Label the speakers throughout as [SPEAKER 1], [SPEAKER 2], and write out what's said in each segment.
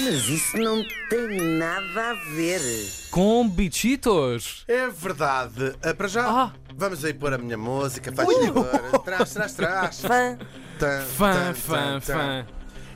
[SPEAKER 1] Mas isso não tem nada a ver.
[SPEAKER 2] Com bichitos.
[SPEAKER 3] É verdade. Ah, para já,
[SPEAKER 2] Ah.
[SPEAKER 3] vamos aí pôr a minha música. Faz favor. Traz, traz, traz.
[SPEAKER 1] Fã,
[SPEAKER 3] Tan,
[SPEAKER 2] Fã,
[SPEAKER 3] tan,
[SPEAKER 2] fã,
[SPEAKER 3] tan, tan.
[SPEAKER 2] fã.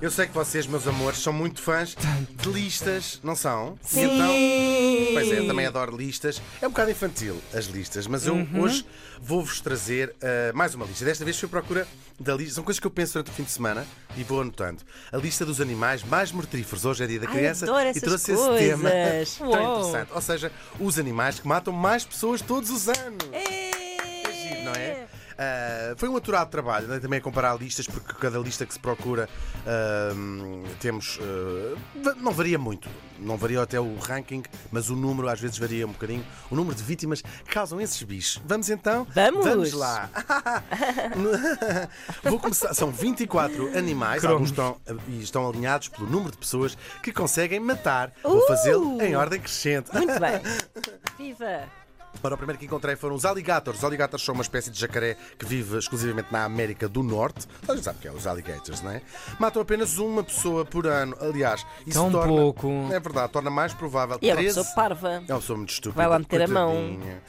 [SPEAKER 3] Eu sei que vocês, meus amores, são muito fãs de listas, não são? Então, Sim.
[SPEAKER 2] Então,
[SPEAKER 3] pois é, eu também adoro listas. É um bocado infantil as listas, mas eu
[SPEAKER 1] Uhum.
[SPEAKER 3] hoje vou-vos trazer ah, mais uma lista. Desta vez fui à procura da lista. São coisas que eu penso durante o fim de semana e vou anotando. A lista dos animais mais mortíferos. Hoje é dia da
[SPEAKER 1] Ai,
[SPEAKER 3] criança
[SPEAKER 1] adoro
[SPEAKER 3] e
[SPEAKER 1] essas
[SPEAKER 3] trouxe
[SPEAKER 1] coisas.
[SPEAKER 3] esse tema tão
[SPEAKER 2] Uou.
[SPEAKER 3] interessante. Ou seja, os animais que matam mais pessoas todos os anos. É giro, não é? Ah, foi um aturado trabalho, né? também a comparar listas, porque cada lista que se procura ah, temos. ah, va- não varia muito, não varia até o ranking, mas o número às vezes varia um bocadinho. O número de vítimas que causam esses bichos. Vamos então?
[SPEAKER 1] Vamos!
[SPEAKER 3] Vamos lá! Vou começar. São 24 animais, alguns estão, e estão alinhados pelo número de pessoas que conseguem matar. Vou
[SPEAKER 1] Uh!
[SPEAKER 3] fazê-lo em ordem crescente.
[SPEAKER 1] muito bem. Viva!
[SPEAKER 3] Ora, o primeiro que encontrei foram os alligators. Os alligators são uma espécie de jacaré que vive exclusivamente na América do Norte. Toda a gente sabe o que é os alligators, não é? Matam apenas uma pessoa por ano. Aliás, isso
[SPEAKER 2] Tão
[SPEAKER 3] torna.
[SPEAKER 2] pouco.
[SPEAKER 3] É verdade, torna mais provável.
[SPEAKER 1] E é uma
[SPEAKER 3] 13
[SPEAKER 1] pessoa parva.
[SPEAKER 3] é uma pessoa muito estúpida.
[SPEAKER 1] Vai lá meter a mão.
[SPEAKER 3] coitadinha.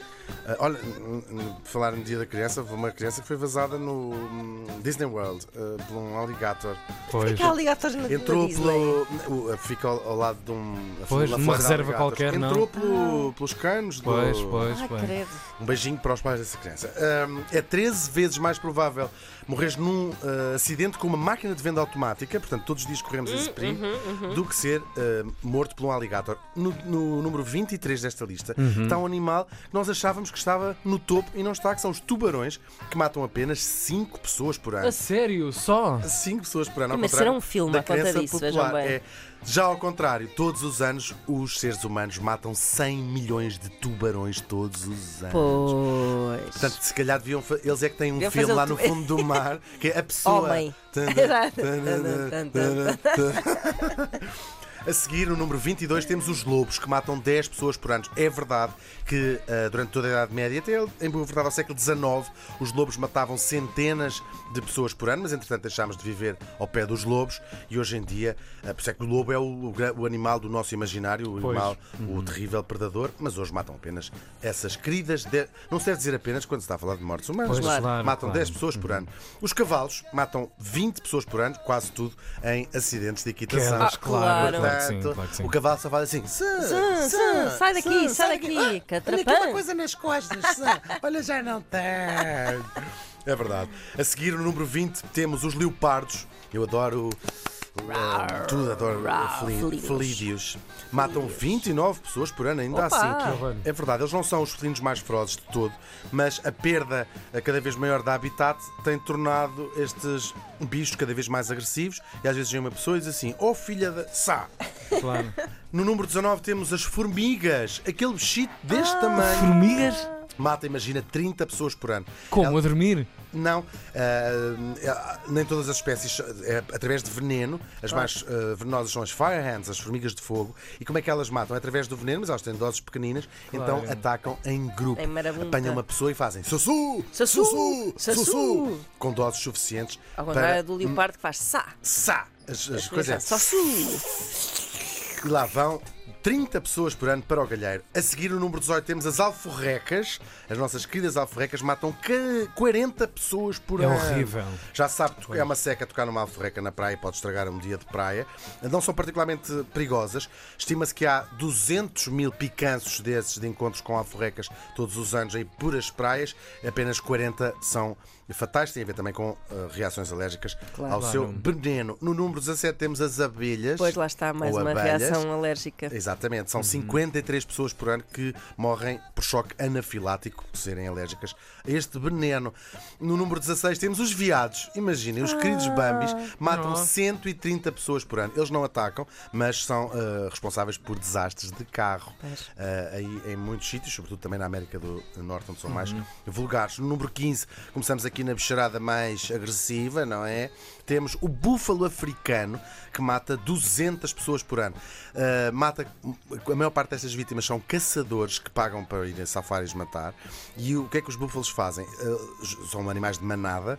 [SPEAKER 3] Ah, olha, n- n- por falar no dia da criança, houve uma criança que foi vazada no hum, Disney World ah, por um alligator.
[SPEAKER 2] Pois.
[SPEAKER 1] Que há ligatas na, na
[SPEAKER 3] Entrou
[SPEAKER 1] Disney.
[SPEAKER 3] pelo. o- Fica ao, ao lado de um.
[SPEAKER 2] Pois,
[SPEAKER 3] uma
[SPEAKER 2] numa
[SPEAKER 3] floresta de
[SPEAKER 2] reserva
[SPEAKER 3] alligators.
[SPEAKER 2] qualquer, não?
[SPEAKER 3] Entrou pelo- pelos canos do-
[SPEAKER 2] Pois, pois,
[SPEAKER 1] Ai,
[SPEAKER 2] pois.
[SPEAKER 1] credo.
[SPEAKER 3] um beijinho para os pais dessa criança. Ahm, é 13 vezes mais provável morreres num ah, acidente com uma máquina de venda automática, portanto, todos os dias corremos
[SPEAKER 1] Hum,
[SPEAKER 3] esse perigo,
[SPEAKER 1] uhum,
[SPEAKER 3] do que ser ah, morto por um alligator. No, no número 23 desta lista está um animal que nós achávamos que estava no topo e não está, que são os tubarões, que matam apenas 5 pessoas por ano.
[SPEAKER 2] A sério, só?
[SPEAKER 3] 5 pessoas por ano. ao
[SPEAKER 1] Mas
[SPEAKER 3] contrário
[SPEAKER 1] será um filme
[SPEAKER 3] da
[SPEAKER 1] à conta
[SPEAKER 3] crença
[SPEAKER 1] disso,
[SPEAKER 3] popular.
[SPEAKER 1] vejam bem.
[SPEAKER 3] É, já ao contrário, todos os anos os seres humanos matam 100 milhões de tubarões todos os anos.
[SPEAKER 1] Pois.
[SPEAKER 3] Portanto, se calhar deviam fa- eles é que têm um
[SPEAKER 1] Deviam
[SPEAKER 3] filme
[SPEAKER 1] fazer
[SPEAKER 3] lá
[SPEAKER 1] o
[SPEAKER 3] no
[SPEAKER 1] tu-
[SPEAKER 3] fundo do mar, que é a pessoa.
[SPEAKER 1] Homem.
[SPEAKER 3] A seguir, no número 22, temos os lobos, que matam 10 pessoas por ano. É verdade que ah, durante toda a Idade Média, até em boa verdade ao século XIX, os lobos matavam centenas de pessoas por ano, mas entretanto deixámos de viver ao pé dos lobos e hoje em dia, ah, por isso é que o lobo é o, o gra- o animal do nosso imaginário, o
[SPEAKER 2] Pois. Uhum.
[SPEAKER 3] animal, o terrível predador, mas hoje matam apenas essas queridas. de- Não se deve dizer apenas quando se está a falar de mortes humanas,
[SPEAKER 2] Pois,
[SPEAKER 3] mas
[SPEAKER 2] claro,
[SPEAKER 3] matam
[SPEAKER 2] claro. Uhum.
[SPEAKER 3] 10 pessoas por ano. Os cavalos matam 20 pessoas por ano, quase tudo, em acidentes de equitação.
[SPEAKER 2] Aquelas, claro, Ah, claro
[SPEAKER 1] claro.
[SPEAKER 2] que sim,
[SPEAKER 3] Portanto,
[SPEAKER 2] claro que sim.
[SPEAKER 3] O cavalo só fala assim: "Sã, sã,
[SPEAKER 1] Sã, sã, sai daqui,
[SPEAKER 3] sã,
[SPEAKER 1] sai daqui,
[SPEAKER 3] Olha
[SPEAKER 1] catrapã."
[SPEAKER 3] aquela coisa nas costas, sã. olha, já não tem. É verdade. A seguir, no número 20, temos os leopardos. Eu adoro. eh, tudo, adoro
[SPEAKER 1] Rar,
[SPEAKER 3] feli-
[SPEAKER 1] felídeos.
[SPEAKER 3] felídeos. Matam 29 pessoas por ano, ainda
[SPEAKER 1] Opa!
[SPEAKER 3] assim.
[SPEAKER 2] horror.
[SPEAKER 3] É verdade, eles não são os felinos mais ferozes de todo, mas a perda eh, cada vez maior de habitat tem tornado estes bichos cada vez mais agressivos e às vezes vem uma pessoa e diz assim: Oh filha da. Sá!
[SPEAKER 2] Claro.
[SPEAKER 3] No número 19 temos as formigas, aquele bichito deste tamanho.
[SPEAKER 2] Formigas?
[SPEAKER 3] Mata, imagina, 30 pessoas por ano.
[SPEAKER 2] Como? A dormir?
[SPEAKER 3] Não, ah, nem todas as espécies, é através de veneno. As mais ah, venenosas são as firehands, as formigas de fogo. E como é que elas matam? É através do veneno, mas elas têm doses pequeninas, então atacam em grupo.
[SPEAKER 1] Em marabunta.
[SPEAKER 3] Apanham uma pessoa e fazem sussu,
[SPEAKER 1] Sussu,
[SPEAKER 3] sussu,
[SPEAKER 1] sussu.
[SPEAKER 3] sussu, com doses suficientes
[SPEAKER 1] Ao
[SPEAKER 3] para
[SPEAKER 1] contrário é do leopardo que faz sá.
[SPEAKER 3] sá. As, as coisas é
[SPEAKER 1] Só su.
[SPEAKER 3] e lá vão 30 pessoas por ano para o galheiro. A seguir, no número 18, temos as alforrecas. As nossas queridas alforrecas matam ca- 40 pessoas por
[SPEAKER 2] É
[SPEAKER 3] ano.
[SPEAKER 2] horrível.
[SPEAKER 3] Já se sabe que é uma seca tocar numa alforreca na praia e pode estragar um dia de praia. Não são particularmente perigosas. Estima-se que há 200 mil picanços desses de encontros com alforrecas todos os anos em puras praias. Apenas 40 são fatais. Tem a ver também com eh, reações alérgicas
[SPEAKER 1] Claro.
[SPEAKER 3] ao seu veneno. No número 17 temos as abelhas.
[SPEAKER 1] Pois lá está mais
[SPEAKER 3] ou
[SPEAKER 1] uma
[SPEAKER 3] abelhas. É.
[SPEAKER 1] reação alérgica.
[SPEAKER 3] Exatamente, são 53 pessoas por ano que morrem por choque anafilático por serem alérgicas a este veneno. No número 16 temos os viados. Imaginem, os queridos
[SPEAKER 1] Ah,
[SPEAKER 3] bambis matam 130 pessoas por ano. Eles não atacam, mas são ah, responsáveis por desastres de carro ah, aí em muitos sítios, sobretudo também na América do Norte, onde são mais vulgares. No número 15 começamos aqui aqui na bicharada mais agressiva, não é? Temos o búfalo africano, que mata 200 pessoas por ano. Ah, mata, a maior parte destas vítimas são caçadores que pagam para ir a safaris matar. E o que é que os búfalos fazem? Ah, são animais de manada.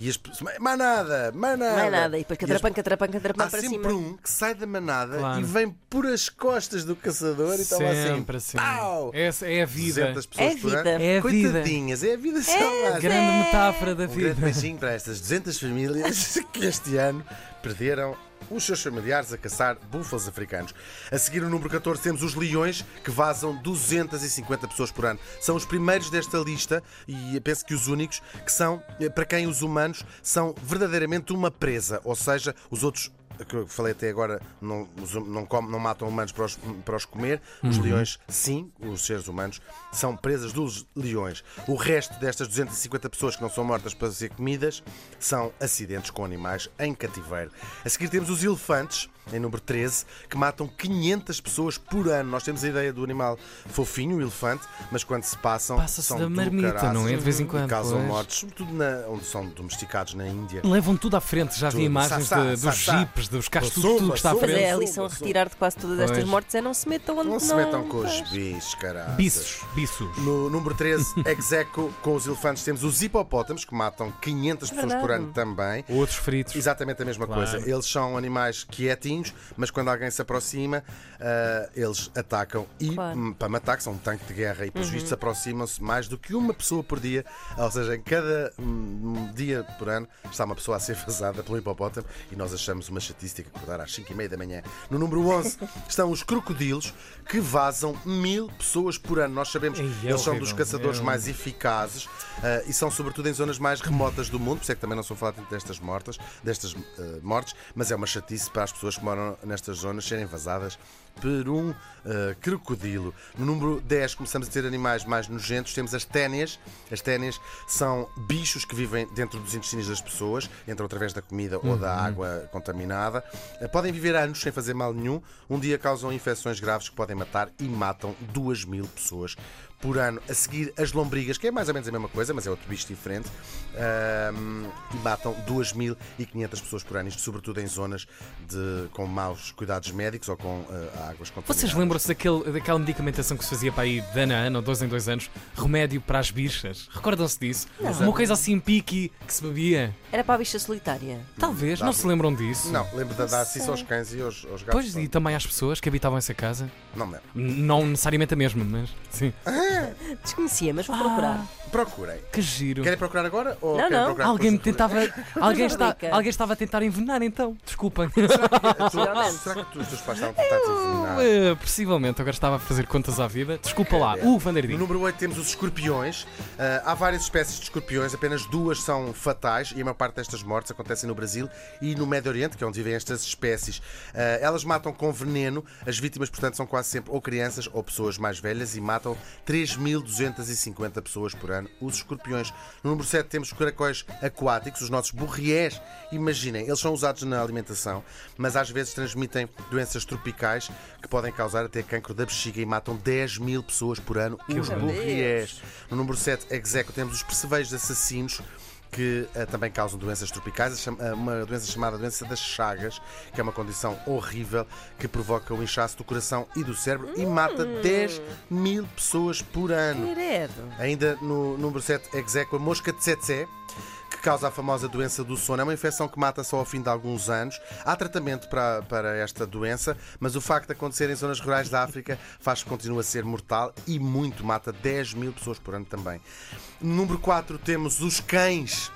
[SPEAKER 3] E as, pessoas- manada, manada.
[SPEAKER 1] Não é nada. E depois
[SPEAKER 3] E as-
[SPEAKER 1] catrapan, catrapan, catrapan
[SPEAKER 3] Há
[SPEAKER 1] para
[SPEAKER 3] sempre
[SPEAKER 1] cima.
[SPEAKER 3] um que sai da manada
[SPEAKER 2] Claro.
[SPEAKER 3] e vem por as costas do caçador e está lá assim.
[SPEAKER 2] Sempre assim.
[SPEAKER 3] Pau!
[SPEAKER 2] Essa é a vida.
[SPEAKER 3] 200 pessoas
[SPEAKER 1] É
[SPEAKER 3] por ano.
[SPEAKER 1] vida.
[SPEAKER 2] É vida.
[SPEAKER 3] Coitadinhas, é a vida selvagem.
[SPEAKER 2] Grande metáfora da
[SPEAKER 3] Um grande
[SPEAKER 2] vida.
[SPEAKER 3] beijinho para estas 200 famílias que este ano perderam os seus familiares a caçar búfalos africanos. A seguir, no número 14, temos os leões, que vazam 250 pessoas por ano. São os primeiros desta lista, e penso que os únicos, que são, eh, para quem os humanos são verdadeiramente uma presa. Ou seja, os outros que eu falei até agora não, os hum- não, comem- não matam humanos para os, para os comer. Os
[SPEAKER 2] Uhum.
[SPEAKER 3] leões, sim, os seres humanos, são presas dos leões. O resto destas 250 pessoas que não são mortas para ser comidas são acidentes com animais em cativeiro. A seguir temos os elefantes, em número 13, que matam 500 pessoas por ano. Nós temos a ideia do animal fofinho, o elefante, mas quando se passam,
[SPEAKER 2] Passa-se
[SPEAKER 3] são
[SPEAKER 2] da
[SPEAKER 3] tudo
[SPEAKER 2] marmita,
[SPEAKER 3] caraças
[SPEAKER 2] não é? De vez em
[SPEAKER 3] e
[SPEAKER 2] quando,
[SPEAKER 3] causam
[SPEAKER 2] pois.
[SPEAKER 3] mortes, sobretudo na, onde são domesticados na Índia.
[SPEAKER 2] Levam tudo à frente, já
[SPEAKER 3] Tudo.
[SPEAKER 2] vi imagens
[SPEAKER 3] Sa, sa,
[SPEAKER 2] de-
[SPEAKER 3] sa,
[SPEAKER 2] dos
[SPEAKER 3] sa.
[SPEAKER 2] jipes, dos carros,
[SPEAKER 3] Passou,
[SPEAKER 2] tudo, tudo que está à
[SPEAKER 3] passou.
[SPEAKER 1] Mas é
[SPEAKER 2] frente.
[SPEAKER 1] a
[SPEAKER 3] Sou,
[SPEAKER 1] lição a
[SPEAKER 3] sou.
[SPEAKER 1] retirar de quase todas estas
[SPEAKER 2] Pois.
[SPEAKER 1] mortes é não se metam onde
[SPEAKER 3] Não
[SPEAKER 1] não.
[SPEAKER 3] se metam com os
[SPEAKER 1] Pois.
[SPEAKER 3] bichos, caralho.
[SPEAKER 2] Biços, biços.
[SPEAKER 3] No número 13, execo com os elefantes, temos os hipopótamos, que matam 500 pessoas por
[SPEAKER 1] É Verdade.
[SPEAKER 3] ano também.
[SPEAKER 2] Outros fritos.
[SPEAKER 3] Exatamente a mesma
[SPEAKER 2] Claro.
[SPEAKER 3] coisa. Eles são animais quietinhos, mas quando alguém se aproxima, ah, eles atacam. E
[SPEAKER 1] Claro. Uhum.
[SPEAKER 3] hum, para matar, que são um tanque de guerra, e pelos vistos aproximam-se mais do que uma pessoa por dia. Ou seja, em cada hum, dia por ano está uma pessoa a ser vazada pelo hipopótamo e nós achamos uma estatística que acordar às 5 e meia da manhã. No número 11 estão os crocodilos que vazam mil pessoas por ano. Nós sabemos
[SPEAKER 2] Ei, é
[SPEAKER 3] eles são dos
[SPEAKER 2] horrível.
[SPEAKER 3] caçadores
[SPEAKER 2] É
[SPEAKER 3] mais mais eficazes ah, e são sobretudo em zonas mais remotas do mundo, por isso é que também não sou a falar tanto destas mortas, destas ah, mortes, mas é uma chatice para as pessoas que moram nestas zonas serem vazadas por um ah, crocodilo. No número 10 começamos a ter animais mais nojentos, temos as ténias. As ténias são bichos que vivem dentro dos intestinos das pessoas, entram através da comida ou da
[SPEAKER 2] Uhum.
[SPEAKER 3] água contaminada. Ah, Podem viver anos sem fazer mal nenhum, um dia causam infecções graves que podem matar e matam 2 mil pessoas por ano. A seguir, as lombrigas, que é mais ou menos a mesma coisa, mas é outro bicho diferente, ahm, e matam 2.500 pessoas por ano, isto sobretudo em zonas de, com maus cuidados médicos ou com ah, águas contaminadas.
[SPEAKER 2] Vocês lembram-se daquele- daquela medicamentação que se fazia para aí de ano a ano, ou dois em dois anos, remédio para as bichas? Recordam-se disso? Uma coisa assim piqui que se bebia?
[SPEAKER 1] Era para a bicha solitária.
[SPEAKER 2] Talvez,
[SPEAKER 3] dá-
[SPEAKER 2] não se lembram disso?
[SPEAKER 3] Não, lembro de dar assim
[SPEAKER 1] sei.
[SPEAKER 3] aos cães e aos, aos gatos.
[SPEAKER 2] Pois, então. e também às pessoas que habitavam essa casa?
[SPEAKER 3] Não me lembro.
[SPEAKER 2] N- Não necessariamente a mesma, mas sim.
[SPEAKER 3] Ah,
[SPEAKER 1] Desconhecia,
[SPEAKER 2] Ah.
[SPEAKER 1] mas vou procurar.
[SPEAKER 3] Procurem.
[SPEAKER 2] Que giro.
[SPEAKER 3] Querem procurar agora ou
[SPEAKER 1] Não,
[SPEAKER 3] querem
[SPEAKER 1] não.
[SPEAKER 3] procurar
[SPEAKER 2] Alguém me
[SPEAKER 3] depois?
[SPEAKER 2] tentava. alguém, está,
[SPEAKER 1] Rica.
[SPEAKER 2] alguém estava a tentar envenenar então. Desculpem.
[SPEAKER 3] Será que- Será que os teus pais estavam a tentar te envenenar?
[SPEAKER 2] Eh, possivelmente, agora estava a fazer contas à vida. Desculpa lá.
[SPEAKER 3] Caralho.
[SPEAKER 2] Uh,
[SPEAKER 3] No
[SPEAKER 2] Vanderdinho.
[SPEAKER 3] número 8 temos os escorpiões. Ah, há várias espécies de escorpiões, apenas duas são fatais e a maior parte destas mortes acontecem no Brasil e no Médio Oriente, que é onde vivem estas espécies. Ah, elas matam com veneno, as vítimas, portanto, são quase sempre ou crianças ou pessoas mais velhas e matam 3.250 pessoas por ano, os escorpiões. No número 7 temos os caracóis aquáticos, os nossos borriés. Imaginem, eles são usados na alimentação, mas às vezes transmitem doenças tropicais que podem causar até cancro da bexiga e matam 10 mil pessoas por ano, os
[SPEAKER 1] horror.
[SPEAKER 3] borriés. No número 7, execo, temos os percevejos assassinos. Que eh, também causam doenças tropicais, a cham- eh, uma doença chamada doença das chagas, que é uma condição horrível que provoca o inchaço do coração e do cérebro e mata 10 mil pessoas por ano.
[SPEAKER 1] Credo.
[SPEAKER 3] Ainda no número 7, execo a mosca de tsetse, que causa a famosa doença do sono. É uma infecção que mata só ao fim de alguns anos. Há tratamento para, para esta doença, mas o facto de acontecer em zonas rurais da África faz que continue a ser mortal e muito. Mata 10 mil pessoas por ano também. Número 4, temos os cães.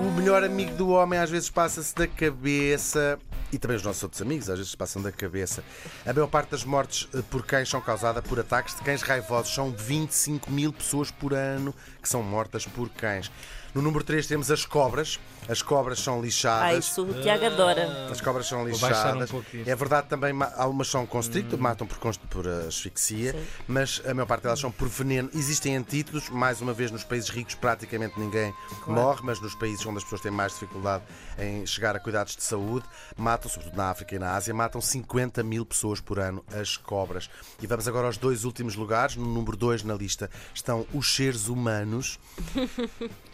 [SPEAKER 3] O melhor amigo do homem às vezes passa-se da cabeça. E também os nossos outros amigos às vezes se passam da cabeça. A maior parte das mortes eh, por cães são causadas por ataques de cães raivosos. São 25 mil pessoas por ano que são mortas por cães. No número 3 temos as cobras. As cobras são
[SPEAKER 1] Ai,
[SPEAKER 3] lixadas.
[SPEAKER 1] Ah, isso o Tiago adora.
[SPEAKER 2] Ah.
[SPEAKER 3] As cobras são
[SPEAKER 2] baixar um
[SPEAKER 3] lixadas.
[SPEAKER 2] pouco Hum. isto.
[SPEAKER 3] é verdade também, ma- algumas são constricto, matam por, const- por uh, asfixia, mas a maior parte delas são por veneno. Existem antídotos, mais uma vez, nos países ricos praticamente ninguém morre, mas nos países onde as pessoas têm mais dificuldade em chegar a cuidados de saúde, matam, sobretudo na África e na Ásia, matam 50 mil pessoas por ano as cobras. E vamos agora aos dois últimos lugares. No número 2 na lista estão os seres humanos.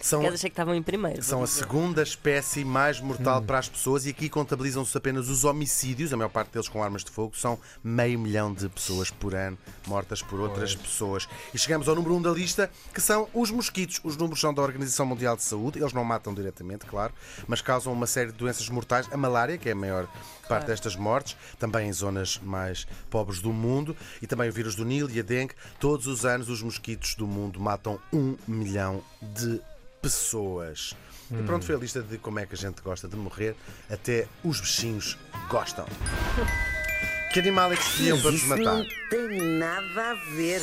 [SPEAKER 3] São
[SPEAKER 1] acaso achei que estavam em primeiro.
[SPEAKER 3] São a segunda espécie mais mortal para as pessoas e aqui contabilizam-se apenas os homicídios, a maior parte deles com armas de fogo, são meio milhão de pessoas por ano mortas por outras pessoas. E chegamos ao número um da lista, que são os mosquitos. Os números são da Organização Mundial de Saúde, eles não matam diretamente, claro, mas causam uma série de doenças mortais. A malária, que é a maior parte destas mortes, também em zonas mais pobres do mundo, e também o vírus do Nilo e a dengue. Todos os anos os mosquitos do mundo matam um milhão de pessoas. E
[SPEAKER 2] Hum.
[SPEAKER 3] pronto, foi a lista de como é que a gente gosta de morrer. Até os bichinhos gostam. Que animal é que escolhiam para nos
[SPEAKER 4] Isso
[SPEAKER 3] matar?
[SPEAKER 4] não tem nada a ver.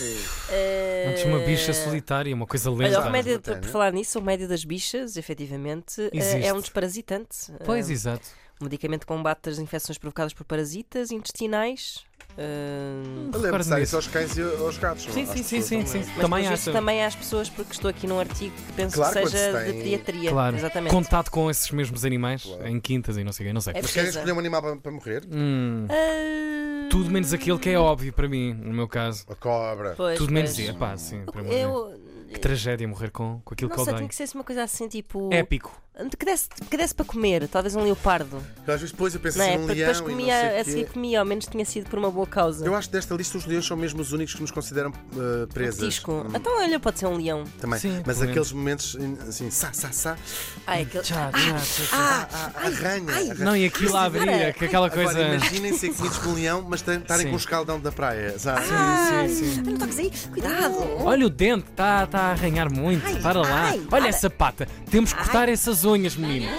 [SPEAKER 1] Eh,
[SPEAKER 2] Antes uma bicha solitária, uma coisa lenta.
[SPEAKER 1] Olha, o remédio,
[SPEAKER 3] Batalha.
[SPEAKER 1] por falar nisso, o remédio das bichas, efetivamente, eh,
[SPEAKER 2] Existe.
[SPEAKER 1] é um desparasitante.
[SPEAKER 2] Pois, é.
[SPEAKER 1] Eh,
[SPEAKER 2] exato.
[SPEAKER 1] um medicamento que combate as infecções provocadas por parasitas intestinais. eh,
[SPEAKER 2] Hum.
[SPEAKER 3] Eu lembro de dar isso aos cães e aos gatos. não? é?
[SPEAKER 2] Sim,
[SPEAKER 3] Às
[SPEAKER 2] sim, sim,
[SPEAKER 3] pessoas
[SPEAKER 2] sim,
[SPEAKER 3] também.
[SPEAKER 2] sim.
[SPEAKER 1] mas
[SPEAKER 2] Também
[SPEAKER 1] pelo
[SPEAKER 2] há
[SPEAKER 1] visto, também às pessoas, porque estou aqui num artigo que penso
[SPEAKER 3] Claro,
[SPEAKER 1] que
[SPEAKER 3] quando
[SPEAKER 1] seja
[SPEAKER 3] se tem-
[SPEAKER 1] de pediatria.
[SPEAKER 2] Claro,
[SPEAKER 1] Exatamente.
[SPEAKER 2] contato com esses mesmos animais em quintas e não sei o quê, não sei.
[SPEAKER 1] É
[SPEAKER 3] Mas querem
[SPEAKER 1] precisa.
[SPEAKER 3] escolher um animal para, para morrer?
[SPEAKER 2] Hum,
[SPEAKER 1] Ah,
[SPEAKER 2] tudo menos aquele que é óbvio para mim, no meu caso.
[SPEAKER 3] A cobra.
[SPEAKER 1] pois,
[SPEAKER 2] Tudo menos
[SPEAKER 1] pois.
[SPEAKER 2] isso. Epá, sim, para morrer.
[SPEAKER 1] Eu
[SPEAKER 2] Que tragédia morrer com, com aquilo
[SPEAKER 1] não
[SPEAKER 2] que É
[SPEAKER 1] sei,
[SPEAKER 2] odeio.
[SPEAKER 1] tinha que ser uma coisa assim, tipo.
[SPEAKER 2] Épico.
[SPEAKER 1] Que desse, que desse para comer, talvez um leopardo.
[SPEAKER 3] Eu Às vezes depois eu penso
[SPEAKER 1] Não é?
[SPEAKER 3] assim num
[SPEAKER 1] Porque
[SPEAKER 3] leão
[SPEAKER 1] depois
[SPEAKER 3] e não
[SPEAKER 1] comia, assim,
[SPEAKER 3] sei
[SPEAKER 1] a
[SPEAKER 3] o quê.
[SPEAKER 1] seguir comia, ao menos tinha sido por uma boa causa.
[SPEAKER 3] Eu acho que desta lista os leões são mesmo os únicos que nos consideram eh, presas.
[SPEAKER 1] Tisco. Então, olha, pode ser um leão.
[SPEAKER 3] Também.
[SPEAKER 2] Sim,
[SPEAKER 3] Mas
[SPEAKER 2] pelo
[SPEAKER 3] aqueles momentos assim, sa, sa, sa,
[SPEAKER 1] Ah, é aquele...
[SPEAKER 2] Tchá, tchá, tchá, tchá.
[SPEAKER 3] ah, arranha. arranha.
[SPEAKER 2] Não, e aquilo a
[SPEAKER 1] Para.
[SPEAKER 2] abrir, que aquela coisa.
[SPEAKER 3] Agora imaginem ser comidos por um leão, mas estarem
[SPEAKER 2] Sim.
[SPEAKER 3] com um escaldão da praia. Sabe?
[SPEAKER 2] Sim, sim, sim.
[SPEAKER 4] Não toques aí, cuidado.
[SPEAKER 1] oh.
[SPEAKER 2] Olha o dente, está tá a arranhar muito. Para lá.
[SPEAKER 4] ai,
[SPEAKER 2] Olha essa pata. Temos que cortar essas unhas, menino.